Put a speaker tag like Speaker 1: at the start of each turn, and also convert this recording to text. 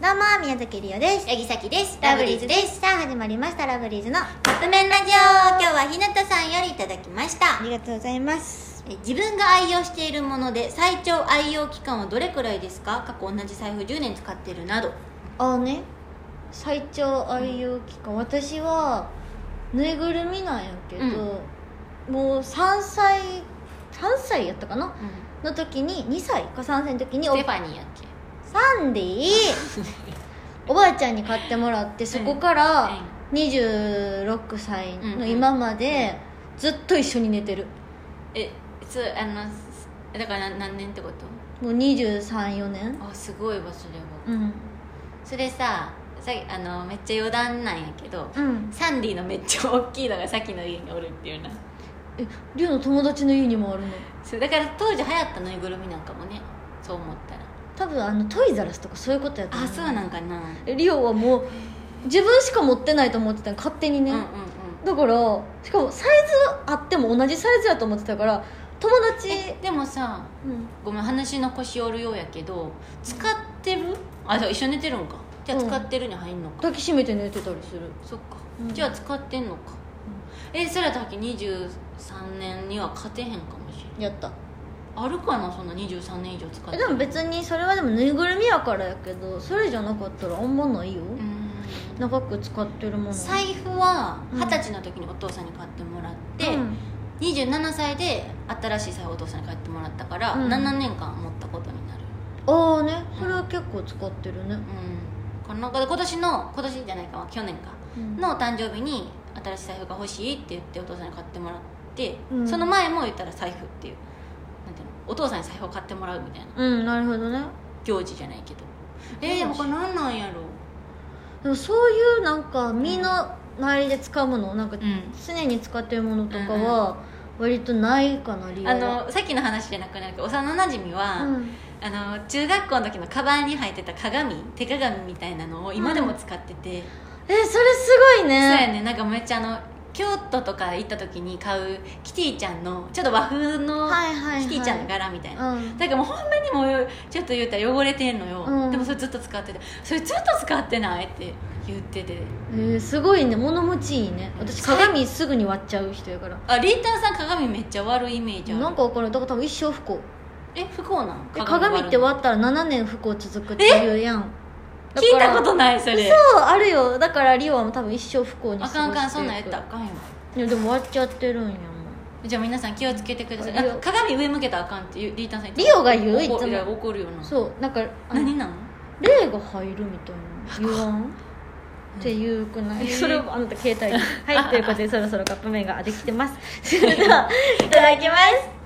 Speaker 1: どうも宮崎りおです
Speaker 2: 八木咲です
Speaker 1: ラブリーズですさあ始まりましたラブリーズのあ
Speaker 2: カップ麺ラジオ今日は日向さんよりいただきました
Speaker 1: りがとうございます
Speaker 2: え自分が愛用しているもので最長愛用期間はどれくらいですか過去同じ財布10年使ってるなど
Speaker 1: ああね最長愛用期間、私はぬいぐるみなんやけど、もう3歳3歳やったかなの時に2歳か3歳の時に
Speaker 2: ス
Speaker 1: お
Speaker 2: テファニーやっけ
Speaker 1: サンディ おばあちゃんに買ってもらってそこから26歳の今までずっと一緒に寝てる
Speaker 2: えそうあのだから何年ってこと
Speaker 1: もう234年
Speaker 2: あすごいわそれは
Speaker 1: うん
Speaker 2: それささあのめっちゃ余談なんやけど、
Speaker 1: うん
Speaker 2: サンディのめっちゃ大きいのがさっきの家におるっていうな
Speaker 1: えリュウの友達の家にもあるの
Speaker 2: そうだから当時流行ったぬいぐるみなんかもねそう思ったら
Speaker 1: 多分あのトイザらスとかそういうことやった
Speaker 2: あそうなんかな、
Speaker 1: リオはもう自分しか持ってないと思ってたの勝手にね、
Speaker 2: うんうんうん
Speaker 1: だからしかもサイズあっても同じサイズやと思ってたから友達
Speaker 2: えでもさ
Speaker 1: うん
Speaker 2: ごめん話の腰折るようやけど使ってるあじゃあ一緒に寝てるんかじゃあ
Speaker 1: うん
Speaker 2: 使ってるに入んのか、
Speaker 1: 抱きしめて寝てたりする
Speaker 2: そっか、
Speaker 1: うん
Speaker 2: じゃあ使ってんのか、えそれだけ23年には勝てへんかもしれん
Speaker 1: やった
Speaker 2: あるかなそんな23年以上使っ
Speaker 1: え
Speaker 2: て
Speaker 1: でも
Speaker 2: に
Speaker 1: 別にそれはでもぬいぐるみやからやけどそれじゃなかったらあんまないよ、長く使ってるもの
Speaker 2: 財布は
Speaker 1: うん
Speaker 2: 二十歳の時にお父さんに買ってもらって、
Speaker 1: うん
Speaker 2: 27歳で新しい財布をお父さんに買ってもらったから、
Speaker 1: うん
Speaker 2: 7年間持ったことになる
Speaker 1: ああねそれは結構使ってるね、
Speaker 2: うんこの今年の今年じゃないか去年か
Speaker 1: うん
Speaker 2: のお誕生日に新しい財布が欲しいって言ってお父さんに買ってもらって、
Speaker 1: うん
Speaker 2: その前も言ったら財布っていうなんていうのお父さんに財布を買ってもらうみたいな
Speaker 1: うんなるほどね
Speaker 2: 行事じゃないけど
Speaker 1: 行
Speaker 2: えー、
Speaker 1: 事
Speaker 2: でもこれ何なんやろ
Speaker 1: でもそういうなんか身の周りで使うものなんか
Speaker 2: ん
Speaker 1: 常に使ってるものとかは割とないかな理由
Speaker 2: あのさっきの話じゃなくなるけど幼なじみは、
Speaker 1: うん
Speaker 2: あの中学校の時のカバンに入ってた鏡手鏡みたいなのを今でも使ってて、
Speaker 1: えそれすごい
Speaker 2: そうや
Speaker 1: ね
Speaker 2: ねなんかめっちゃあの京都とか行った時に買うキティちゃんのちょっと和風の
Speaker 1: はいはいはい
Speaker 2: キティちゃんの柄みたいな、
Speaker 1: うん
Speaker 2: だからもうほんまにもうちょっと言ったら汚れてんのよ、
Speaker 1: うん
Speaker 2: でもそれずっと使ってて「それずっと使ってない?」って言ってて
Speaker 1: えーすごいね物持ちいいね私
Speaker 2: そう
Speaker 1: 鏡すぐに割っちゃう人やから
Speaker 2: あリーターさん鏡めっちゃ悪いイメージある
Speaker 1: なんか分からんだから多分一生不幸
Speaker 2: え不幸なん
Speaker 1: で鏡って
Speaker 2: 割
Speaker 1: 割ったら7年不幸続くっていうやんだ
Speaker 2: 聞い
Speaker 1: から
Speaker 2: たことないそれ
Speaker 1: そうあるよだからリオはもう多分一生不幸に過ご
Speaker 2: あ
Speaker 1: して
Speaker 2: かんあかんそんなんや
Speaker 1: い
Speaker 2: っ
Speaker 1: く
Speaker 2: たらあかんよ
Speaker 1: いやでも割っちゃってるんやもん
Speaker 2: じゃあ皆さん気をつけてください
Speaker 1: リオ
Speaker 2: あ鏡上向けたらあかんってリーターさん
Speaker 1: リオが言う
Speaker 2: いつも
Speaker 1: いつ
Speaker 2: 怒
Speaker 1: も
Speaker 2: いや怒るよな
Speaker 1: そうなんかあの
Speaker 2: 何なの
Speaker 1: 霊が入るみたいな言わんっていうくない、それをあな た携帯にはいということでそろそろカップ麺ができてますそれではいただきます